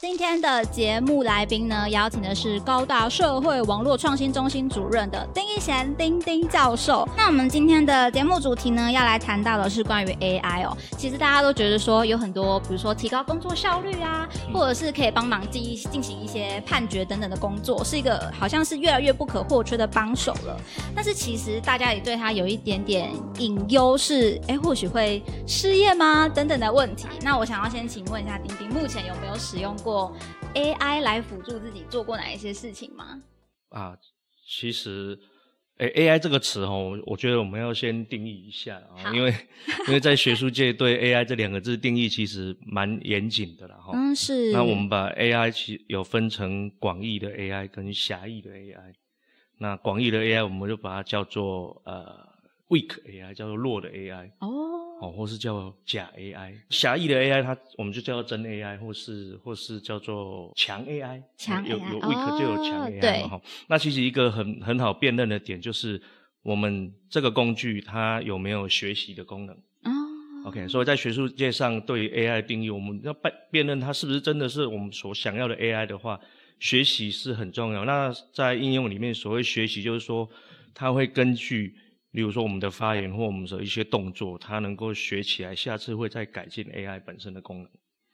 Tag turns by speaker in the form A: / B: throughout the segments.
A: 今天的节目来宾呢，邀请的是高大社会网络创新中心主任的丁一贤丁丁教授。那我们今天的节目主题呢，要来谈到的是关于 AI 哦。其实大家都觉得说有很多，比如说提高工作效率啊，或者是可以帮忙记进行一些判决等等的工作，是一个好像是越来越不可或缺的帮手了。但是其实大家也对它有一点点隐忧是，哎，或许会失业吗？等等的问题。那我想要先请问一下丁丁，目前有没有使用过 AI 来辅助自己做过哪一些事情吗？
B: 啊，其实，诶、a i 这个词哦，我觉得我们要先定义一下
A: 好
B: 啊，因为因为在学术界对 AI 这两个字定义其实蛮严谨的啦哈。
A: 嗯，是。
B: 哦那我们把 AI 其有分成广义的 AI 跟狭义的 AI。那广义的 AI 我们就把它叫做呃 weak AI，叫做弱的 AI。
A: 哦，
B: 哦，或是叫假 AI，狭义的 AI 它我们就叫真 AI，或是或是叫做强 AI，
A: 强
B: 有
A: AI
B: 有 weak 就有强
A: 哦
B: AI
A: 对
B: 嘛哈、那其实一个很很好辨认的点就是我们这个工具它有没有学习的功能。
A: 哦
B: OK，所以在学术界上对于 AI 的定义，我们要辨辨认它是不是真的是我们所想要的 AI 的话，学习是很重要。那在应用里面，所谓学习就是说，它会根据，例如说我们的发言或我们的一些动作，它能够学起来，下次会再改进 AI 本身的功能。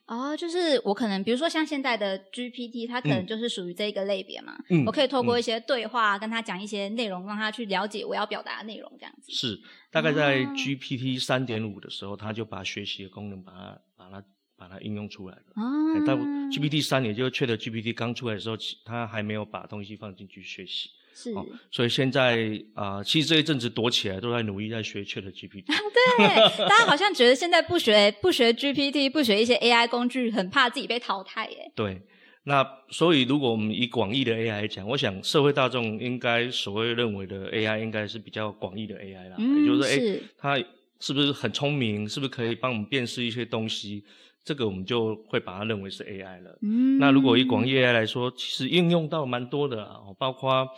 A: 哦，就是我可能比如说像现在的 GPT，它可能
B: 嗯
A: 就是属于这一个类别嘛。
B: 嗯
A: 我可以透过
B: 嗯
A: 一些对话跟他讲一些内容，让他去了解我要表达的内容，这样子。
B: 是大概在
A: 哦
B: GPT 三点五的时候，它就把学习的功能把它把它把它应用出来了。
A: 啊
B: 哎到 GPT 三，也就是 Chat GPT 刚出来的时候，其它还没有把东西放进去学习。
A: 是，
B: 哦所以现在啊、呃其实这一阵子躲起来都在努力在学 Chat GPT。
A: 对，大家好像觉得现在不学 不学 GPT，不学一些 AI 工具，很怕自己被淘汰耶。
B: 对，那所以如果我们以广义的 AI 来讲，我想社会大众应该所谓认为的 AI 应该是比较广义的 AI 啦，也就是说，哎、
A: 嗯是
B: 它是不是很聪明，是不是可以帮我们辨识一些东西，这个我们就会把它认为是 AI 了。
A: 嗯
B: 那如果以广义 AI 来说，其实应用到蛮多的、啊，哦包括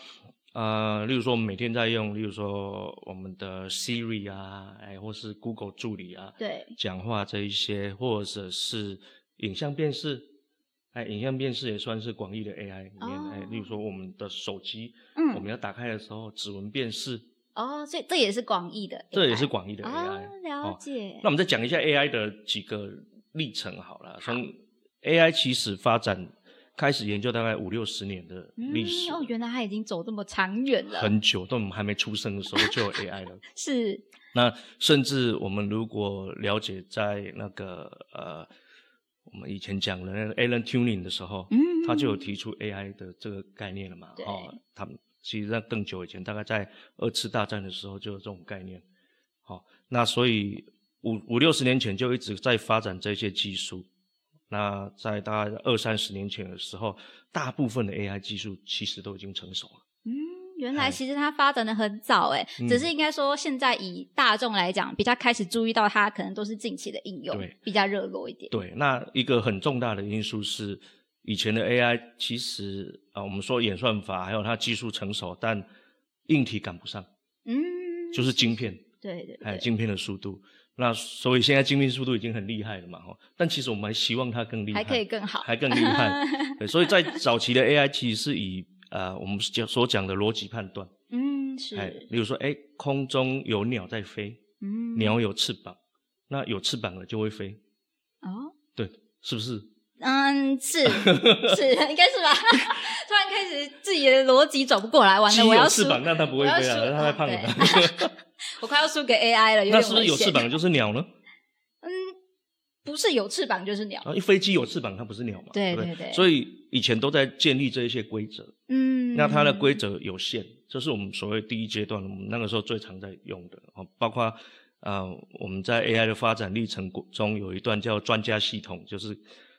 B: 呃，例如说我们每天在用，例如说我们的 Siri 啊，哎，或是 Google 助理啊，
A: 嗯对，
B: 讲话这一些，或者是影像辨识，哎，影像辨识也算是广义的 AI 里面，
A: 哦
B: 哎，例如说我们的手机，我
A: 嗯，
B: 们要打开的时候，指纹辨识，
A: 哦，所以这也是广义的 AI，
B: 这也是广义的 AI
A: 哦。，了
B: 哦
A: 解
B: 那我。们再讲一下 AI 的几个历程好了，从 AI 起始发展开始研究大概五六十年的历史，
A: 嗯，哦，原来它已经走这么长远了，
B: 很久，到我们还没出生的时候就有 AI 了。
A: 是
B: 那甚至我们如果了解在那个呃，我们以前讲的那个 Alan Turing 的时候，
A: 嗯
B: 他就有提出 AI 的这个概念了嘛
A: 对，
B: 哦，他们其实在更久以前，大概在二次大战的时候就有这种概念。好、那所以五五六十年前就一直在发展这些技术。那在大概二三十年前的时候，大部分的 AI 技术其实都已经成熟了。
A: 嗯，原来
B: 哎
A: 其实它发展的很早哎，
B: 嗯
A: 只是应该说现在以大众来讲，比较开始注意到它，可能都是近期的应用
B: 对，
A: 比较热络一点。
B: 对，那一个很重大的因素是，以前的 AI 其实啊、呃我们说演算法还有它技术成熟，但硬体赶不上，
A: 嗯，
B: 就是晶片，
A: 对对
B: 哎，
A: 对，
B: 晶片的速度。那所以现在晶片速度已经很厉害了嘛，哈。但其实我们还希望它更厉害，
A: 还可以更好，
B: 还 更厉害。对，所以在早期的 AI 其实是以呃我们讲所讲的逻辑判断，
A: 嗯，
B: 哎
A: 是，，
B: 例如说，哎，空中有鸟在飞，
A: 嗯，
B: 鸟有翅膀，那有翅膀了就会飞，
A: 哦，
B: 对，是不是？
A: 嗯，是是，应该是吧？突然开始自己的逻辑转不过来，完
B: 鸡
A: 了，我要
B: 有
A: 输
B: 翅，膀，那它不会
A: 我要
B: 飞啊，
A: 输
B: 它太胖
A: 啊
B: 了。
A: 我快要输给 AI 了，有
B: 那
A: 点
B: 是不是有
A: 危险
B: 翅膀？就是鸟呢？
A: 嗯，不是有翅膀就是鸟，
B: 啊，一飞机有翅膀，它不是鸟嘛？
A: 对
B: 不
A: 对对
B: 所以以前都在建立这一些规则，
A: 嗯，
B: 那它的规则有限，这是我们所谓第一阶段，我们那个时候最常在用的哦，包括呃我们在 AI 的发展历程过中有一段叫专家系统，就是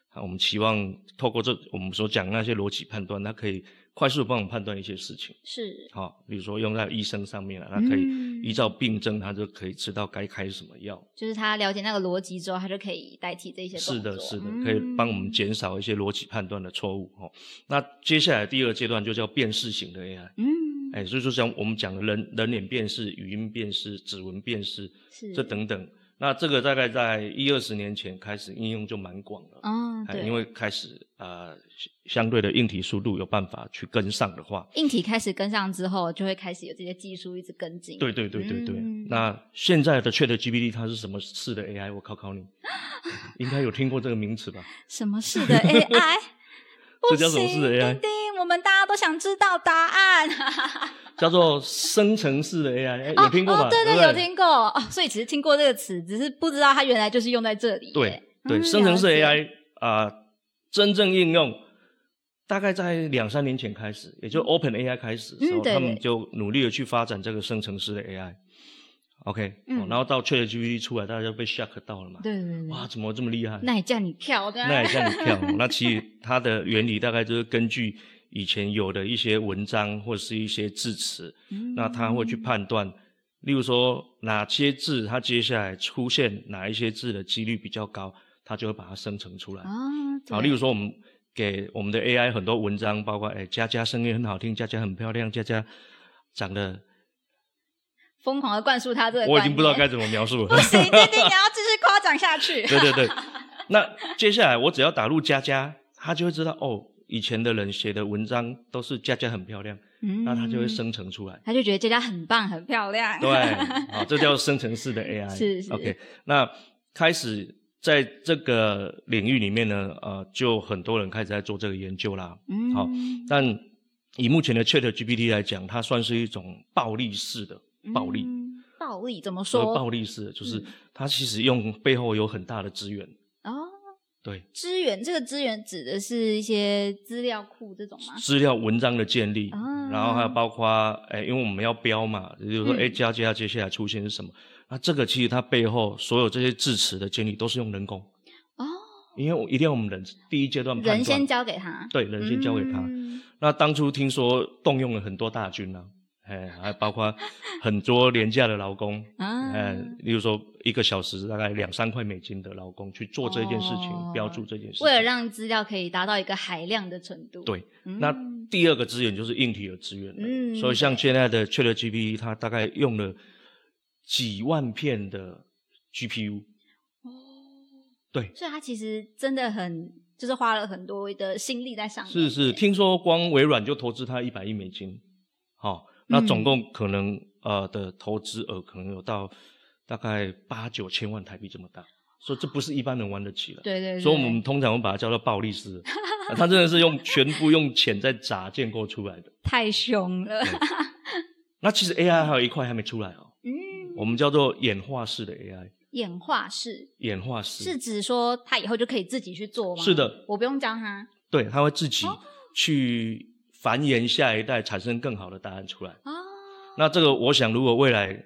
B: 啊我们期望透过这我们所讲的那些逻辑判断，它可以快速地帮我们判断一些事情。
A: 是
B: 好、比如说用在医生上面啊，他可以
A: 嗯
B: 依照病症，他就可以知道该开什么药。
A: 就是他了解那个逻辑之后，他就可以代替这些
B: 是的，
A: 动作
B: 是的
A: 嗯，
B: 可以帮我们减少一些逻辑判断的错误哦。那接下来第二个阶段就叫辨识型的 AI，
A: 嗯，
B: 哎，所以说像我们讲的人人脸辨识、语音辨识、指纹辨识
A: 是
B: 这等等，那这个大概在一二十年前开始应用就蛮广了。
A: 哦，
B: 哎
A: 对，
B: 因为开始呃相对的硬体速度有办法去跟上的话，
A: 硬体开始跟上之后，就会开始有这些技术一直跟进。
B: 对对对对对。
A: 嗯
B: 那现在的 Chat GPT 它是什么式的 AI？我考考你， 应该有听过这个名词吧？
A: 什么事 的 AI？
B: 这叫什么事
A: 不
B: 的
A: 行
B: AI
A: 丁丁，我们大家都想知道答案。
B: 叫做生成式的 AI，、哎
A: 哦
B: 有听过吧？
A: 哦、对
B: 对，
A: 有。听过哦，所以只是听过这个词，只是不知道它原来就是用在这里耶。
B: 对
A: 嗯
B: 对，生成式
A: 了解
B: AI 啊、真正应用大概在两三年前开始，也就 Open AI 开始的时候，
A: 嗯对
B: 他们
A: 对
B: 就努力的去发展这个生成式的 AI。OK，、哦
A: 嗯、
B: 然后到 ChatGPT 出来，大家就被 shock 到了嘛？
A: 对对对，
B: 哇，怎么这么厉害？
A: 那也叫你跳的啊，
B: 那也像你跳舞。那其实它的原理大概就是根据以前有的一些文章或是一些字词，
A: 嗯
B: 那他会去判断，例如说哪些字它接下来出现哪一些字的几率比较高，它就会把它生成出来。
A: 啊，
B: 好，例如说我们给我们的 AI 很多文章，包括哎佳佳声音很好听，佳佳很漂亮，佳佳长得
A: 疯狂的灌输他这个，
B: 我已经不知道该。怎么描述了
A: 不。行，丁丁，你要继续夸奖下去。
B: 对对对。那接下来我只要打入佳佳，他就会知道哦，以前的人写的文章都是佳佳很漂亮，
A: 嗯
B: 那他就会，生成出来。
A: 他就觉得这家很棒，很漂亮。
B: 对，好，这叫生成式的 AI。
A: 是是
B: OK，那开始在这个领域里面呢，呃，就很多人开始在做这个研究啦。
A: 嗯，
B: 好但以目前的 Chat GPT 来讲，它算是一种暴力式的暴力。
A: 嗯暴力怎么
B: 所谓
A: 说？
B: 暴力式的就是
A: 嗯
B: 它其实用背后有很大的资源，
A: 哦，
B: 对
A: 资源这个资源指的是一些资料库这种吗？
B: 资料文章的建立，
A: 啊
B: 然后还有包括诶、因为我们要标嘛，也就是说
A: 嗯
B: 诶，加加接下来出现是什么？那这个其实它背后所有这些字词的建立都是用人工，
A: 哦，
B: 因为我一定要我们人第一阶段判
A: 人先
B: 断，
A: 交给他，
B: 对，人先交给他。
A: 嗯
B: 那当初听说动用了很多大军啊，哎，还包括很多廉价的劳工，
A: 啊，
B: 哎，例如说一个小时大概两三块美金的劳工去做这件事情，
A: 哦
B: 标注这件事情。
A: 为了让资料可以达到一个海量的程度，
B: 对
A: 嗯，
B: 那第二个资源就是硬体的资源了，
A: 嗯
B: 所以像现在的 Chat GPT，它大概用了几万片的 GPU，对，
A: 所以他其实真的很就是花了很多的心力在上面，
B: 是是，听说光微软就投资它一百亿美金，好、那
A: 嗯
B: 总共可能、呃的投资额可能有到大概八九千万台币这么大，所以这不是一般人玩得起了。
A: 对对对，
B: 所以我们通常会把它叫做暴力式，啊它真的是用全部用钱在砸建构出来的。
A: 太凶了，
B: 那其实 AI 还有一块还没出来哦，
A: 嗯，
B: 我们叫做演化式的 AI，
A: 演化式
B: 演化式
A: 是指说他以后就可以自己去做吗？
B: 是的，
A: 我不用教他
B: 对，它会自己
A: 哦
B: 去繁衍下一代，产生更好的答案出来。
A: 啊，
B: 那这个，我想如果未来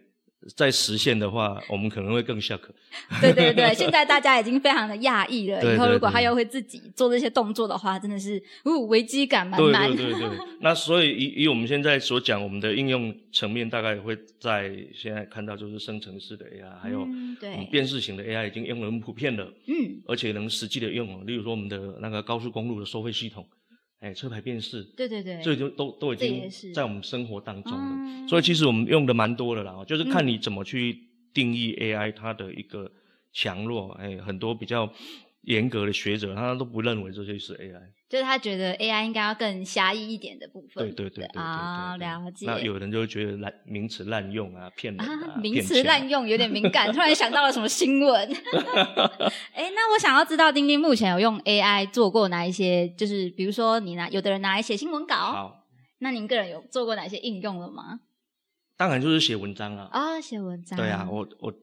B: 再实现的话，我们可能会更下课。
A: 对对 对，现在大家已经非常的讶异了，
B: 对
A: 以后
B: 对
A: 如果
B: 对
A: 他又会自己做这些动作的话，真的是哦危机感满
B: 对
A: 满，
B: 对对 对。那所以以以我们现在所讲，我们的应用层面大概会在现在看到就是生成式的 AI，还有
A: 嗯对
B: 我们辨识型的 AI 已经用得很普遍了，
A: 嗯，
B: 而且能实际的用了。哦例如说我们的那个高速公路的收费系统，哎，车牌辨识，
A: 对对对，
B: 这就都都已
A: 这
B: 经
A: 也是
B: 在我们生活当中了。
A: 嗯
B: 所以其实我们用的蛮多的啦，哦就是看
A: 嗯
B: 你怎么去定义 AI 它的一个强弱。哎，很多比较严格的学者，他都不认为这些是 AI。
A: 就是他觉得 AI 应该要更狭义一点的部分。
B: 对对对对对对
A: 啊，
B: 对
A: 了解。
B: 那有人就会觉得滥名词滥用啊，骗人
A: 啊
B: 啊，，
A: 名
B: 骗
A: 词
B: 钱啊
A: 滥用有点敏感，突然想到了什么新 闻。哎、那我想要知道丁丁目前有用 AI 做过哪一些，就是比如说你拿有的人拿来写新闻稿，
B: 好，
A: 那您个人有做过哪些应用了吗？
B: 当然就是写文章啊。
A: 啊、写文章。
B: 对啊，我我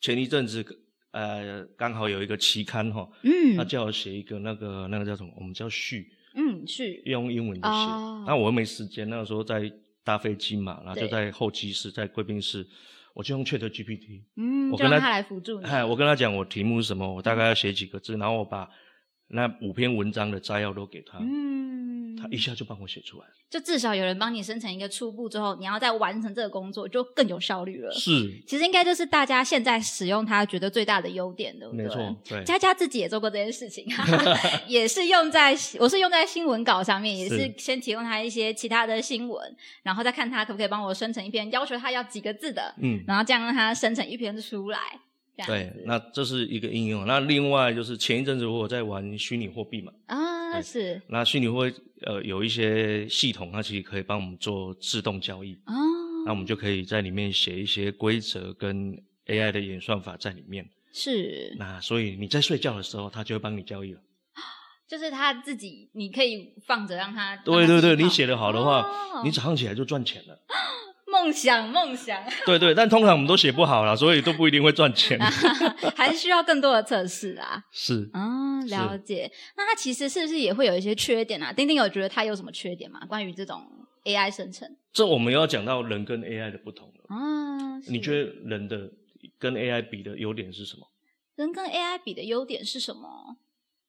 B: 前一阵子呃刚好有一个期刊哈、
A: 嗯
B: 他叫我写一个那个那个叫什么，我们叫序。
A: 嗯是
B: 用英文的写。
A: 哦
B: 那我又没时间，那个时候在搭飞机嘛，然后就
A: 对
B: 在候机室，在贵宾室，我就用 Chat GPT。
A: 嗯，
B: 我
A: 就
B: 跟
A: 让
B: 他
A: 他来辅助你。
B: 哎，我跟他讲我题目是什么，我大概要写几个
A: 嗯
B: 字，然后我把那五篇文章的摘要都给他，
A: 嗯，
B: 他一下就帮我写出来了。
A: 就至少有人帮你生成一个初步之后，你要再完成这个工作，就更有效率了。
B: 是，
A: 其实应该就是大家现在使用它觉得最大的优点，对不对？
B: 没错，对，
A: 佳佳自己也做过这件事情， 也是用在我是用在新闻稿上面，也是
B: 是
A: 先提供他一些其他的新闻，然后再看他可不可以帮我生成一篇，要求他要几个字的，
B: 嗯，
A: 然后这样让他生成一篇出来。
C: 这样
B: 对
C: 子，
B: 那这是一个应用。那另外就是前一阵子我有在玩虚拟货币嘛，
C: 啊
B: 对
C: 是
B: 那虚拟货呃有一些系统，它其实可以帮我们做自动交易，
C: 啊，
B: 那我们就可以在里面写一些规则跟 AI 的演算法在里面。
C: 是
B: 那所以你在睡觉的时候，它就会帮你交易了。
A: 就是他自己，你可以放着让他。
B: 对
A: 让他
B: 对
A: 自己
B: 对，你
A: 放
B: 写的好的话，
C: 哦
B: 你早上起来就赚钱了。
A: 梦想梦想，
B: 对对，但通常我们都写不好啦，所以都不一定会赚钱。
A: 还是需要更多的测试啊。
B: 是，
C: 啊
A: 了
B: 是
A: 解。那它其实是不是也会有一些缺点啊？丁丁有觉得它有什么缺点吗？关于这种 AI 生成
B: 这我们要讲到人跟 AI 的不同了。
A: 啊？
B: 你
A: 得
B: 觉得人的跟 AI 比的优点是什么？
A: 人跟 AI 比的优点是什么？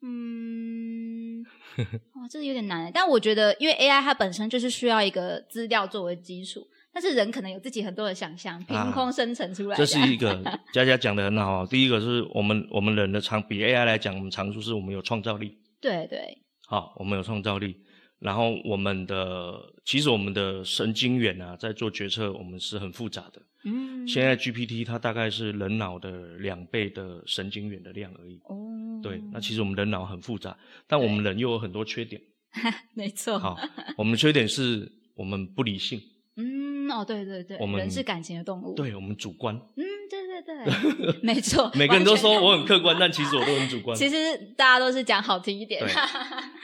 A: 嗯， 哇，这个有点难欸。但我觉得，因为 AI 它本身就是需要一个资料作为基础，但是人可能有自己很多的想象，凭空生成出来的、啊
B: 啊这是一个佳佳讲的很好啊。第一个是我们我们人的长比 AI 来讲，我们长处是我们有创造力，
A: 对对，
B: 好，我们有创造力。然后我们的其实我们的神经元啊，在做决策，我们是很复杂的。
A: 嗯，
B: 现在 GPT 它大概是人脑的两倍的神经元的量而已。
A: 哦，
B: 对，那其实我们人脑很复杂，但我们人又有很多缺点。
A: 没错，
B: 好，我们的缺点是我们不理性，
A: 嗯，哦，对对对，
B: 我们
A: 人是感情的动物，，
B: 对我们主观。
A: 嗯，对对 对，没错，
B: 每个人都说
A: 完全
B: 我很客观，但其实我都很主观。
A: 其实大家都是讲好听一点，
B: 对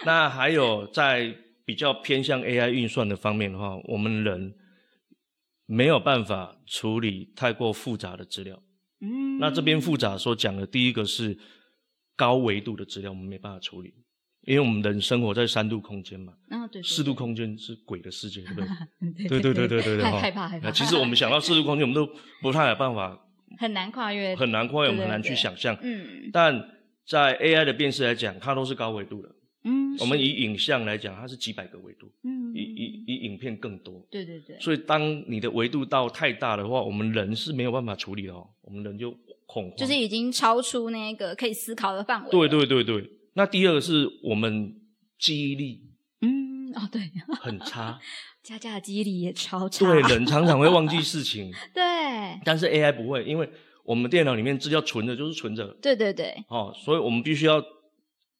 B: 那还有在比较偏向 AI 运算的方面的话，我们人没有办法处理太过复杂的资料。
A: 嗯，
B: 那这边复杂所讲的第一个是高维度的资料，我们没办法处理，因为我们人生活在三度空间嘛，
A: 啊，对，对
B: 四度，空间是鬼的世界，对不对？
A: 对
B: 对对对对对对，
A: 害
B: 哈
A: 害怕害怕
B: 那其实我们想到四度空间，我们都不太有办法，
A: 很难跨越，
B: 很难跨越，我们很难
A: 对
B: 去
A: 对
B: 想象。
A: 嗯
B: 但在 AI 的辨识来讲，它都是高维度的。
A: 嗯，
B: 我们
A: 是
B: 以影像来讲，它是几百个维度，
A: 嗯
B: 以以以影片更多。
A: 对对对，
B: 所以，当你的维度到太大的话，我们人是没有办法处理的哦，我们人就恐慌。
A: 就是已经超出那个可以思考的范围。
B: 对，对对对。那第二个是我们记忆力
A: 嗯，哦对，
B: 很差，
A: 佳佳的记忆力也超差。
B: 对，人常常会忘记事情，
A: 对
B: 但是 AI 不会，因为我们电脑里面资料存着就是存着，
A: 对对对，
B: 哦，所以我们必须要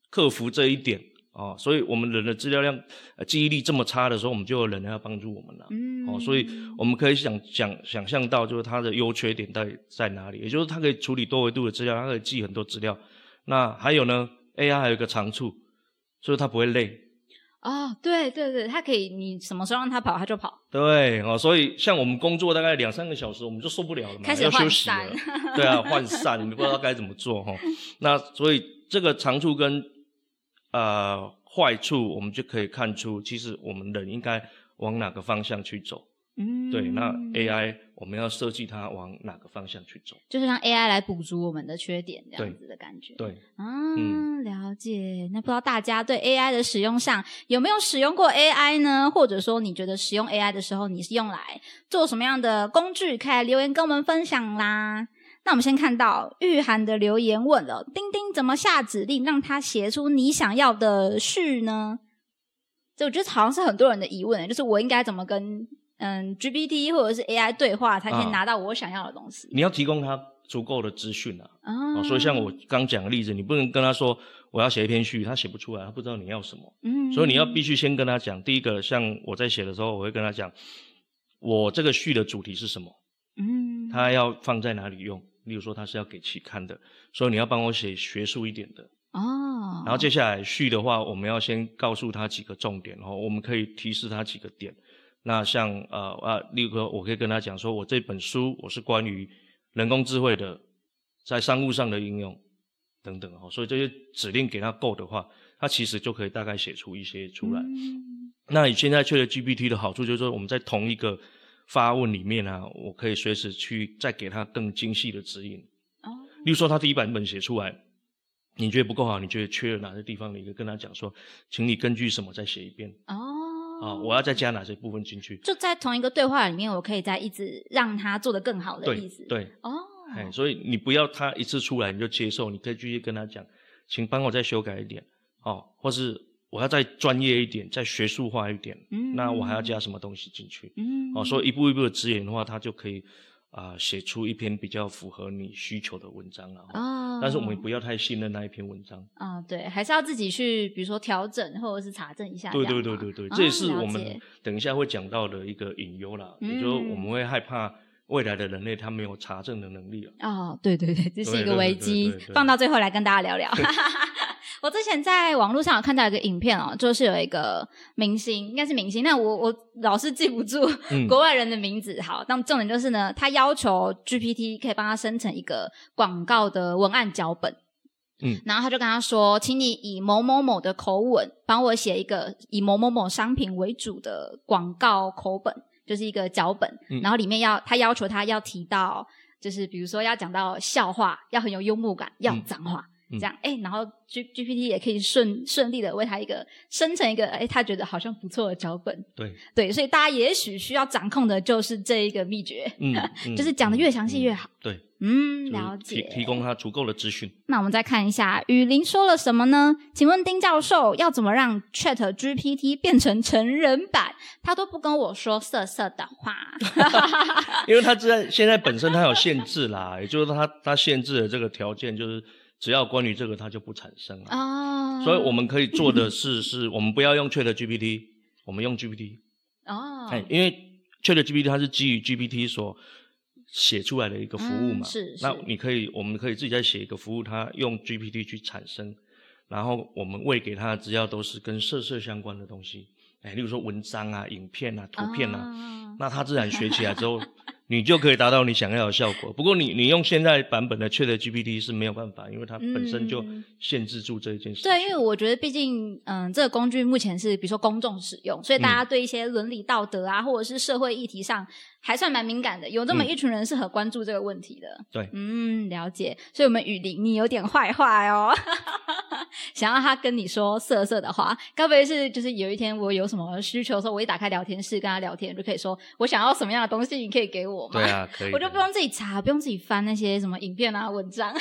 B: 克服这一点哦。所以我们人的资料量、呃、记忆力这么差的时候，我们就有人要帮助我们了。
A: 嗯，
B: 哦，所以我们可以想想想象到，就是它的优缺点到底在哪里，也就是它可以处理多维度的资料，它可以记很多资料。那还有呢，AI 还有一个长处，就是它不会累。
A: 哦，对对对，他可以，你什么时候让他跑，他就跑。
B: 对哦，所以像我们工作大概两三个小时，我们就受不了了嘛，
A: 开始
B: 要
A: 涣
B: 休息
A: 散
B: 了。对啊，涣散，你不知道该怎么做哈、哦。那所以这个长处跟呃坏处，我们就可以看出，其实我们人应该往哪个方向去走。
A: 嗯，
B: 对，那 AI 我们要设计它往哪个方向去走？
A: 就是让 AI 来补足我们的缺点，这样
B: 对
A: 子的感觉。
B: 对，
A: 啊，
B: 嗯
A: 了解。那不知道大家对 AI 的使用上有没有使用过 AI 呢？或者说，你觉得使用 AI 的时候，你是用来做什么样的工具？可以来留言跟我们分享啦。那我们先看到玉涵的留言问了：丁丁怎么下指令让他写出你想要的序呢？这我觉得好像是很多人的疑问、欸就是我应该怎么跟嗯 GPT 或者是 AI 对话，才可以
B: 啊
A: 拿到我想要的东西
B: 你要提供它足够的资讯啊。
A: 啊
B: 哦，所以像我刚讲的例子，你不能跟他说我要写一篇序，他写不出来，他不知道你要什么。
A: 嗯
B: 所以你要必须先跟他讲，第一个，像我在写的时候，我会跟他讲，我这个序的主题是什么，
A: 嗯，
B: 它要放在哪里用。例如说，它是要给期刊的，所以你要帮我写学术一点的。
A: 哦，
B: 然后接下来序的话，我们要先告诉他几个重点，然后我们可以提示他几个点。那像呃啊，例如说，我可以跟他讲说，我这本书我是关于人工智慧的在商务上的应用等等哦，所以这些指令给他够的话，他其实就可以大概写出一些出来。
A: 嗯
B: 那你现在 c h a GPT 的好处就是说，我们在同一个发问里面啊，我可以随时去再给他更精细的指引。
A: 哦，
B: 例如说，他第一版本写出来，你觉得不够好，你觉得缺了哪些地方，你就跟他讲说，请你根据什么再写一遍
A: 哦，
B: 啊，我要再加哪些部分进去。
A: 就在同一个对话里面，我可以再一直让他做得更好的
B: 对
A: 意思。，
B: 对，
A: 哦，
B: 哎，所以你不要他一次出来你就接受，你可以继续跟他讲，请帮我再修改一点哦，或是我要再专业一点，再学术化一点，
A: 嗯
B: 那我还要加什么东西进去？
A: 嗯，
B: 哦哦，所以一步一步的指引的话，它就可以啊、写出一篇比较符合你需求的文章啊。哦
A: 哦
B: 但是我们不要太信任那一篇文章。
A: 啊、对，还是要自己去，比如说调整或者是查证一下这
B: 对
A: 样吗。
B: 对对对对，
A: 哦
B: 这也是我
A: 了
B: 们
A: 解
B: 等一下会讲到的一个隐忧啦。也就是
A: 嗯
B: 我们会害怕未来的人类他没有查证的能力了。啊
A: 哦，对对对，这是一
B: 对
A: 个
B: 对
A: 危
B: 对对
A: 机
B: 对对，
A: 放到最后来跟大家聊聊。 我之前在网络上有看到一个影片哦，就是有一个明星，应该是明星，那我我老是记不住
B: 嗯
A: 国外人的名字。好，但重点就是呢，他要求 GPT 可以帮他生成一个广告的文案脚本。
B: 嗯，
A: 然后他就跟他说，请你以某某某的口吻帮我写一个以某某某商品为主的广告口本，就是一个脚本，
B: 嗯
A: 然后里面要他要求他要提到，就是比如说要讲到笑话，要很有幽默感，要有
B: 嗯
A: 脏话。
B: 嗯
A: 这样，哎、然后 G G P T 也可以顺顺利的为他一个生成一个，哎、他觉得好像不错的脚本，
B: 对，
A: 对，所以大家也许需要掌控的就是这一个秘诀，
B: 嗯，嗯
A: 就是讲得越详细越好。
B: 嗯对，
A: 嗯，
B: 就是
A: 了
B: 提
A: 解。
B: 提供他足够的资讯。
A: 那我们再看一下雨林说了什么呢？请问丁教授要怎么让 Chat GPT 变成成人版？他都不跟我说色色的话。
B: 因为它在现在本身它有限制啦，也就是它它限制的这个条件就是只要关于这个它就不产生啊了。
A: 哦，
B: 所以我们可以做的是，是我们不要用 Chat GPT，我们用 GPT，
A: 哦，
B: 哎、因为 Chat GPT 它是基于 GPT 所写出来的一个服务嘛，
A: 嗯是
B: 那
A: 是
B: 你可以，我们可以自己再写一个服务，它用 GPT 去产生，然后我们喂给它的资料都是跟色色相关的东西，哎、例如说文章啊、影片啊、图片啊，
A: 啊
B: 那它自然学起来之后，你就可以达到你想要的效果。不过你你用现在版本的 Chat GPT 是没有办法，因为它本身就
A: 嗯
B: 限制住这一件事情。
A: 对，因为我觉得，毕竟，嗯，这个工具目前是比如说公众使用，所以大
B: 嗯
A: 家对一些伦理道德啊，或者是社会议题上，还算蛮敏感的。有这么
B: 嗯
A: 一群人是很关注这个问题的。
B: 对
A: 嗯，了解。所以，我们雨林，你有点坏坏哦， 想让他跟你说色色的话，该不会是就是有一天我有什么需求的时候，我一打开聊天室跟他聊天，就可以说我想要什么样的东西，你可以给我吗？
B: 对 啊，可以的。
A: 我就不用自己查，不用自己翻那些什么影片啊、文章，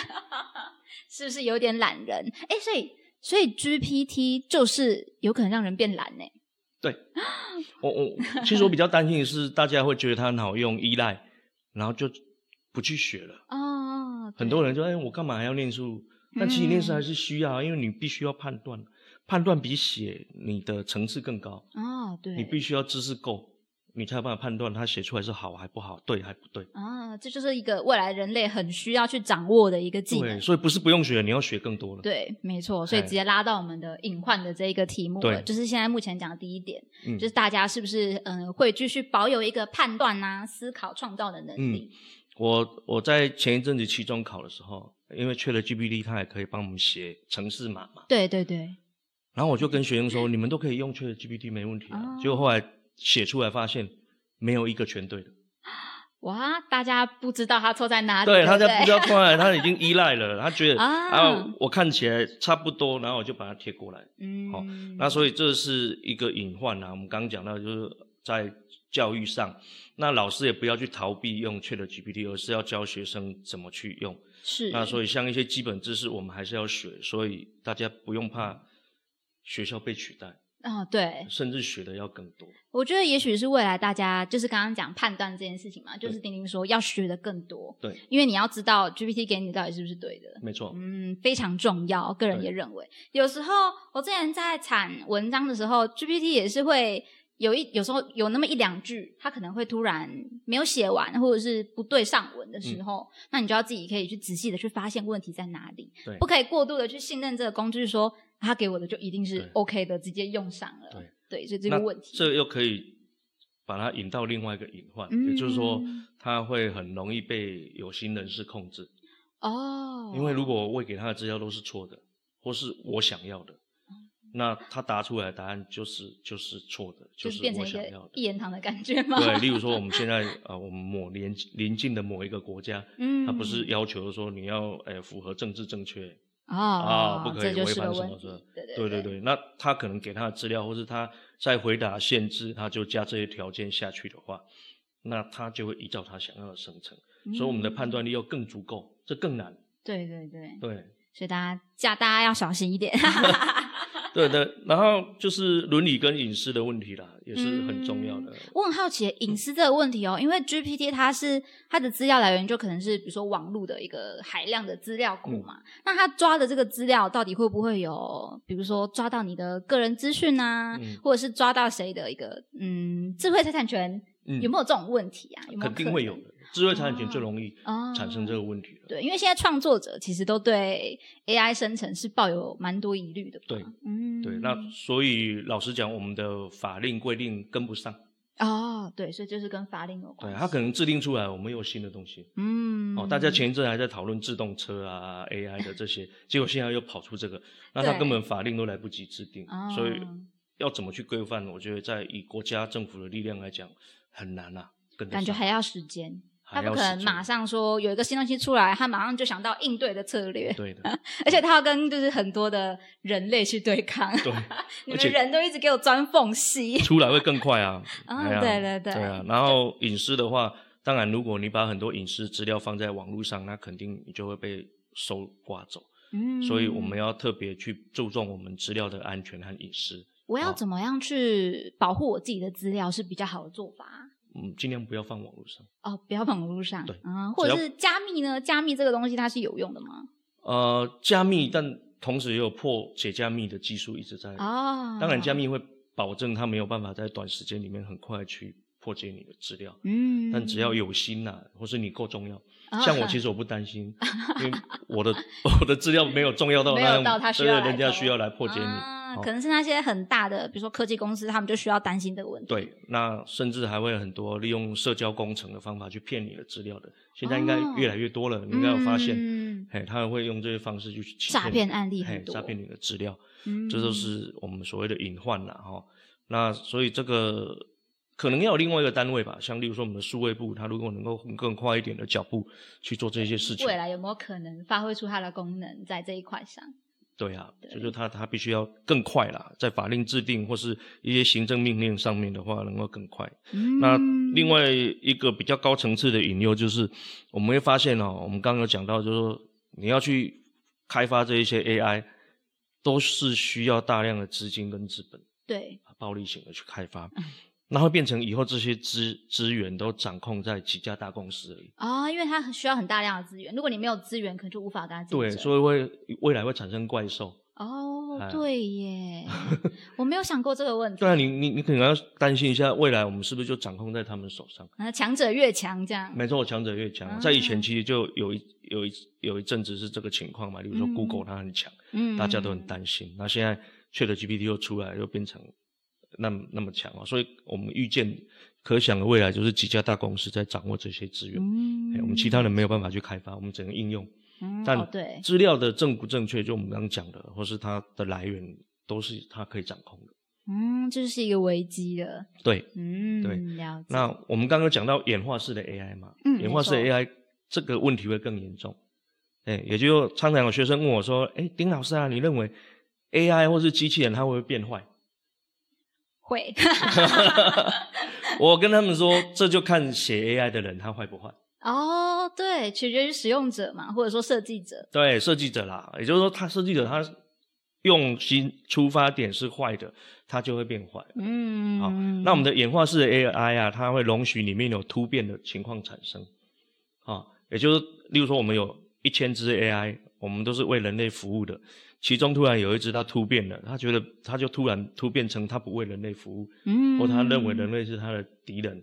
A: 是不是有点懒人？哎、所以所以 GPT 就是有可能让人变懒呢、
B: 我我其实我比较担心的是，大家会觉得它很好用，依赖，然后就不去学了。
A: 哦，
B: 很多人说：“哎，我干嘛还要念书？”但其实念
A: 嗯
B: 书还是需要啊，因为你必须要判断，判断比写你的层次更高。
A: 对哦，对，
B: 你必须要知识够，你才有办法判断它写出来是好还不好，对还不对。
A: 啊，这就是一个未来人类很需要去掌握的一个技
B: 对，
A: 能。
B: 所以不是不用学，你要学更多了。
A: 对，没错，所以
B: 哎
A: 直接拉到我们的隐患的这一个题目
B: 对
A: 了，就是现在目前讲的第一点，
B: 嗯
A: 就是大家是不是嗯、呃会继续保有一个判断啊、思考、创造的能力？
B: 嗯我我在前一阵子期中考的时候，因为缺了 GPT，它也可以帮我们写程式码嘛。
A: 对对对，
B: 然后我就跟学生说，你们都可以用缺了 GPT 没问题啊。
A: 哦
B: 结果后来写出来发现，没有一个全对的。
A: 哇，大家不知道它错在哪里，
B: 对，
A: 啊对
B: 他
A: 对
B: 在不知道突然他已经依赖了，他觉得
A: 啊
B: 啊，我看起来差不多，然后我就把它贴过来。
A: 嗯，
B: 好那所以这是一个隐患啊。我们刚刚讲到，就是在教育上，那老师也不要去逃避用 Chat GPT，而是要教学生怎么去用。
A: 是
B: 那所
A: 以
B: 以像一些基本知识，我们还是要学，所以大家不用怕学校被取代，
A: 啊、对，
B: 甚至学的要更多。
A: 我觉得也许是未来大家就是刚刚讲判断这件事情嘛，就是丁丁说要学的更多，
B: 对，
A: 因为你要知道 GPT 给你到底是不是对的。
B: 没错，
A: 嗯，非常重要，个人
B: 对
A: 也认为。有时候我之前在产文章的时候，GPT 也是会有一有时候有那么一两句，它可能会突然没有写完，或者是不对上文的
B: 嗯
A: 时候，那你就要自己可以去仔细的去发现问题在哪里
B: 对，
A: 不可以过度的去信任这个工具说它给我的就一定是
B: 对
A: OK 的，直接用上了。
B: 对
A: 所以这
B: 那
A: 个问题，
B: 这又可以把它引到另外一个隐患，也就是说
A: 嗯，
B: 它会很容易被有心人士控制，
A: 哦，
B: 因为如果我喂给他的资料都是错的，或是我想要的，
A: 哦
B: 那他答出来的答案就是就是错的，
A: 就是变
B: 我
A: 成一
B: 想
A: 个
B: 要
A: 一
B: 的。
A: 言堂的感觉嘛。
B: 对，例如说我们现在呃，我们某邻邻近的某一个国家，
A: 嗯，
B: 它不是要求说你要呃符合政治正确，
A: 啊
B: 啊不可
A: 这
B: 以
A: 就是
B: 违反
A: 个
B: 什
A: 问
B: 么
A: 题
B: 的
A: 对对
B: 对对对，那他可能给他的资料，或是他在回答限制，他就加这些条件下去的话，那他就会依照他想要的生成，所以我们的判
A: 嗯
B: 断力要更足够，这更难。
A: 对对对，
B: 对，
A: 所以大家叫大家要小心一点。
B: 对对，然后就是伦理跟隐私的问题啦，也是很重要的。
A: 嗯
B: 嗯
A: 我很好奇隐私这个问题哦，因为 GPT 它是它的资料来源就可能是比如说网络的一个海量的资料库
B: 嗯
A: 嘛，那它抓的这个资料到底会不会有，比如说抓到你的个人资讯啊，
B: 嗯
A: 或者是抓到谁的一个嗯智慧财产权、
B: 嗯
A: 有没有这种问题啊？有没有
B: 肯定
A: 可
B: 会
A: 能
B: 有的，智慧财产权最容易
A: 哦
B: 产生这个问题了。
A: 对，因为现在创作者其实都对 AI 生成是抱有蛮多疑虑的吧。
B: 对，
A: 嗯，
B: 对，那所以老实讲，我们的法令规定跟不上，
A: 哦，对，所以就是跟法令有关
B: 对，
A: 系。
B: 它可能制定出来，我们有新的东西。
A: 嗯，
B: 哦，大家前一阵还在讨论自动车啊、AI 的这 些，结果现在又跑出这个，那它
A: 对
B: 根本法令都来不及制定，
A: 哦
B: 所以要怎么去规范？我觉得在以国家政府的力量来讲，很难啊，跟得
A: 感觉
B: 上
A: 还要时间，他
B: 还
A: 不
B: 要
A: 可能
B: 时间
A: 马上说有一个新东西出来，他马上就想到应对的策略，
B: 对的，
A: 而且他要跟就是很多的人类去对抗。
B: 对，
A: 你
B: 而
A: 们
B: 且
A: 人都一直给我钻缝隙。。
B: 出来会更快啊
A: 嗯
B: 哎呀
A: 对对对
B: 对啊。然后隐私的话，当然如果你把很多隐私资料放在网络上，那肯定你就会被收刮走。
A: 嗯，
B: 所以我们要特别去注重我们资料的安全和隐私。
A: 我要
B: 哦
A: 怎么样去保护我自己的资料是比较好的做法啊？
B: 嗯，尽量不要放网络上。
A: 哦，不要绑路上，
B: 对
A: 啊，或者
B: 只
A: 是加密呢？加密这个东西它是有用的吗？
B: 呃，加密，但同时也有破解加密的技术一直在。
A: 哦，
B: 当然，加，密会保证它没有办法在短时间里面很快去破解你的资料。
A: 嗯，
B: 但只要有心呐、或是你够重要，
A: 啊
B: 像我其实我不 担心，因为我的我的资料没有重要到
A: 没
B: 那
A: 有
B: 样，
A: 到他需
B: 对
A: 要
B: 对
A: 来
B: 人家
A: 偷
B: 需要来破解你。
A: 啊
B: 哦
A: 可能是那些很大的，比如说科技公司，他们就需要担心这个问题。
B: 对，那甚至还会有很多利用社交工程的方法去骗你的资料的，现在应该
A: 哦
B: 越来越多了，你应该有发现，
A: 嗯
B: 嘿，他们会用这些方式去欺
A: 诈骗
B: 你
A: 案例
B: 嘿
A: 很多，
B: 诈骗你的资料，
A: 嗯，
B: 这都是我们所谓的隐患啦，哈、那所以这个可能要有另外一个单位吧，像例如说我们的数位部，它如果能够更快一点的脚步去做这些事
A: 嗯
B: 情
A: 未，来有没有可能发挥出它的功能在这一块上？
B: 对啊，
A: 对
B: 就是它它必须要更快啦，在法令制定或是一些行政命令上面的话，能够更快。
A: 嗯
B: 那另
A: 外，
B: 外一个比较高层次的引诱就是，我们会发现哦，我们刚刚有讲到，就是说你要去开发这一些 AI，都是需要大量的资金跟资本，
A: 对，
B: 暴力型的去开发，
A: 嗯
B: 那会变成以后这些资资源都掌控在几家大公司而已。
A: 哦，因为它很需要很大量的资源，如果你没有资源，可能就无法跟它竞争。
B: 对，所以会未来会产生怪兽。
A: 哦，
B: 哎
A: 对 耶， 我没有想过这个问题。
B: 对啊，你你你可能要担心一下，未来我们是不是就掌控在他们手上？
A: 啊，强者越强这样。
B: 没错，强者越强。在以
A: 嗯
B: 前其实就有一有一有一阵子是这个情况嘛，例如说
A: 嗯
B: Google 它很强，
A: 嗯，
B: 大家都很担心。那现在 Chat GPT 又出来，又变成那么那么强啊，所以我们预见可想的未来啊就是几家大公司在掌握这些资源。
A: 嗯。
B: 哎我们其他人没有办法去开发，我们只能应用。
A: 嗯，
B: 但
A: 哦对，
B: 资料的正不正确，就我们刚刚讲的，或是它的来源，都是它可以掌控的。
A: 嗯，这是一个危机了。
B: 对，
A: 嗯，
B: 对
A: 了解。
B: 那我们刚刚讲到演化式的 AI 嘛，
A: 嗯
B: 演化式的
A: 没错
B: AI 这个问题会更严重。哎，也就常常有学生问我说：“哎，丁老师啊，你认为 AI 或是机器人它会不会变坏
A: 会，？”
B: 我跟他们说，这就看写 AI 的人他坏不坏。
A: 哦，对，取决于使用者嘛，或者说设计者。
B: 对，设计者啦，也就是说，他设计者他用心出发点是坏的，他就会变坏。
A: 嗯，
B: 好那我们的演化式的 AI 啊，它会容许里面有突变的情况产生啊，也就是例如说，我们有一千只 AI，我们都是为人类服务的，其中突然有一只它突变了，它觉得它就突然突变成它不为人类服务，
A: 嗯，
B: 或它认为人类是它的敌人，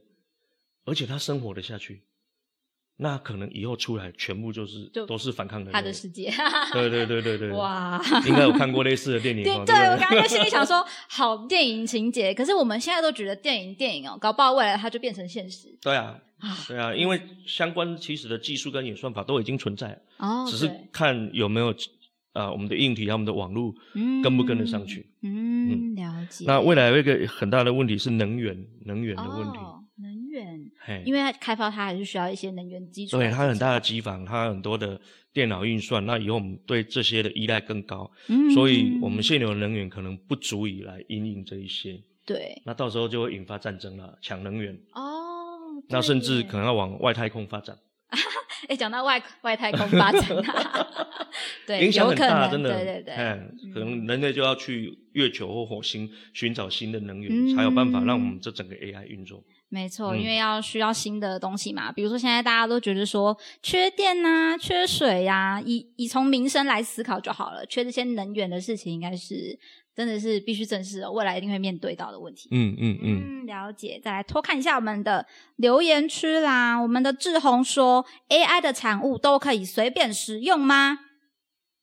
B: 而且它生活得下去，那可能以后出来全部就是
A: 就
B: 都是反抗人类
A: 他的世界。
B: 对对对对对，
A: 哇，
B: 应该有看过类似的电影
A: 对
B: 吧，
A: 对，我
B: 不
A: 刚才在心里想说，好电影情节，可是我们现在都觉得电影电影哦，搞不好未来它就变成现实
B: 对啊，
A: 啊。
B: 对啊，因为相关其实的技术跟演算法都已经存在了，
A: 哦，
B: 只是
A: 对
B: 看有没有呃我们的硬体、我们的网络跟不跟得上去。
A: 嗯，嗯了解。
B: 那未来有一个很大的问题是能源，能源的问题，
A: 哦，能源，
B: 嘿
A: 因为它开发它还是需要一些能源基础。
B: 对它很大的机房，它很多的电脑运算，那以后我们对这些的依赖更高，
A: 嗯，
B: 所以我们现有的能源可能不足以来应应这一些，
A: 对
B: 那到时候就会引发战争了，抢能源，
A: 哦，
B: 那甚至
A: 对
B: 可能要往外太空发展。
A: 哎，讲到外外太空发展、啊， 对，
B: 影响
A: 有
B: 很
A: 可
B: 大，
A: 能，
B: 真的，
A: 对对对，
B: 哎
A: 嗯
B: 可能人类就要去月球或火星寻找新的能源，
A: 嗯
B: 才有办法让我们这整个 AI 运作。
A: 没错，
B: 嗯
A: 因为要需要新的东西嘛，比如说现在大家都觉得说缺电呐、缺水呀、以以从民生来思考就好了，缺这些能源的事情，应该是真的是必须正视的，哦未来一定会面对到的问题。
B: 嗯嗯嗯，
A: 嗯，了解。再来偷看一下我们的留言区啦。我们的志宏说，AI 的产物都可以随便使用吗？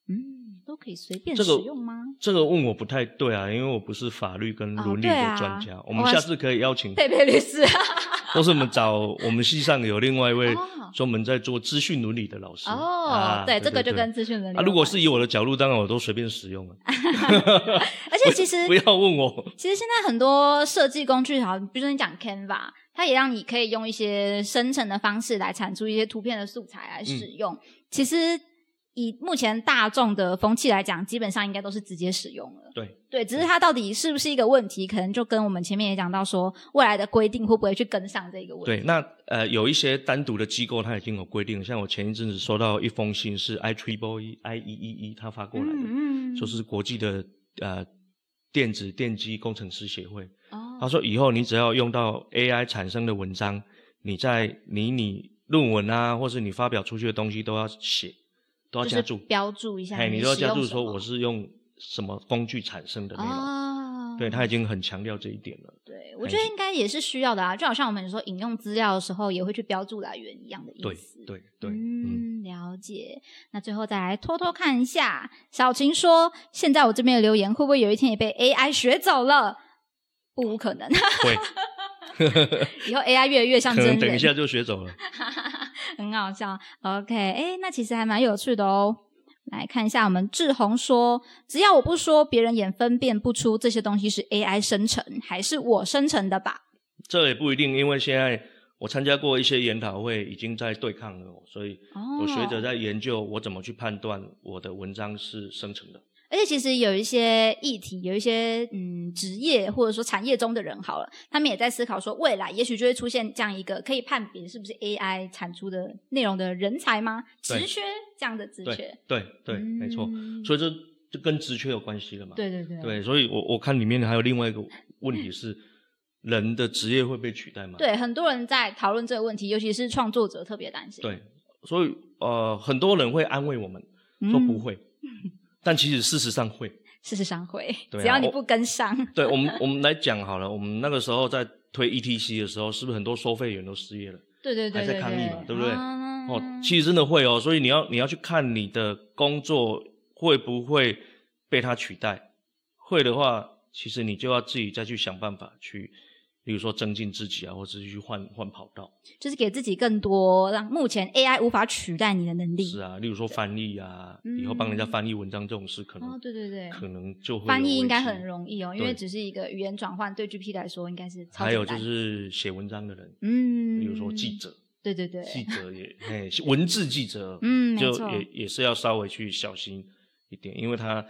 A: 嗯，都可以随便
B: 这
A: 使
B: 个
A: 用吗？
B: 这个问我不太对啊，因为我不是法律跟伦理
A: 哦对啊
B: 的专家。我们
A: 我
B: 下次可以邀请，
A: 佩佩律 师，
B: 或是我们找我们系上有另外一 位
A: 哦
B: 专门在做资讯伦理的老师。
A: 哦
B: 啊，
A: 对，这个就跟资讯人
B: 啊，如果是以我的角度，当然我都随便使用了，啊
A: 而且其实
B: 不要问我。
A: 其实现在很多设计工具，好，比如说你讲 Canva，它也让你可以用一些生成的方式来产出一些图片的素材
B: 嗯
A: 来使用。其实以目前大众的风气来讲，基本上应该都是直接使用了。
B: 对
A: 对，只是它到底是不是一个问题，可能就跟我们前面也讲到说，未来的规定会不会去跟上这个问题？
B: 对，那呃，有一些单独的机构，它已经有规定，像我前一阵子收到一封信是 I Triple E I E E E 他发过来的，
A: 嗯嗯，
B: 就是国际的呃电子电机工程师协会，他
A: 哦，
B: 说以后你只要用到 AI 产生的文章，你在你你论文啊，或是你发表出去的东西都要写，都要
A: 就
B: 加
A: 是
B: 注，
A: 标注一下
B: 哎，
A: 你
B: 你都要
A: 使
B: 加
A: 用
B: 注
A: 什
B: 说
A: 么
B: 我是用什么工具产生的内容。
A: 哦，
B: 对他已经很强调这一点了。
A: 对，我觉得应该也是需要的啊，就好像我们说引用资料的时候，也会去标注来源一样的意
B: 对
A: 思。
B: 对对，嗯
A: 嗯，了解。那最后再来偷偷看一下，小晴说，现在我这边的留言会不会有一天也被 AI 学走了？不可能，
B: 会，
A: 以后 AI 越来越像
B: 可
A: 真人。
B: 能等一下就学走了。
A: 很好笑。OK，哎、那其实还蛮有趣的哦。来看一下，我们志宏说：“只要我不说，别人也分辨不出这些东西是 AI 生成还是我生成的吧？”
B: 这也不一定，因为现在我参加过一些研讨会，已经在对抗了，所以
A: 哦
B: 有学者在研究我怎么去判断我的文章是生成的。
A: 而且其实有一些议题，有一些嗯职业或者说产业中的人好了，他们也在思考说，未来也许就会出现这样一个可以判别是不是 AI 产出的内容的人才吗？
B: 对
A: 职缺这样的职缺
B: 对，对对，没错，所以这就跟职缺有关系了嘛。
A: 嗯对对对，
B: 对，所以我我看里面还有另外一个问 题是，人的职业会被取代吗？
A: 对很多人在讨论这个问题，尤其是创作者特别担心。
B: 对，所以呃，很多人会安慰我们
A: 嗯，
B: 说 不会，但其实事实上会。
A: 事实上会，
B: 对啊
A: 只要你
B: 我
A: 不跟上，
B: 对我们我们来讲好了，我们那个时候在推 ETC 的时候，是不是很多收费员都失业了？
A: 对对对
B: 还
A: 对
B: 在
A: 对，
B: 抗议嘛对不对
A: 啊
B: 哦，其实真的会哦，所以你要你要去看你的工作会不会被它取代，会的话，其实你就要自己再去想办法去，比如说增进自己啊，或者是去换换跑道，
A: 就是给自己更多让目前 AI 无法取代你的能力。
B: 是啊，例如说翻译啊，
A: 嗯
B: 以后帮人家翻译文章这种事，可能、
A: 哦，对对对，
B: 可能就会有
A: 翻译应该
B: 危机
A: 很容易哦，因为
B: 对
A: 只是一个语言转换，对 GP 来说应该是超
B: 还有
A: 简单。
B: 就是写文章的人，
A: 嗯，
B: 比如说记，者，
A: 对对对，
B: 记者也，嘿，文字记者，
A: 嗯没
B: 就
A: 错
B: 也也是要稍微去小心一点，因为他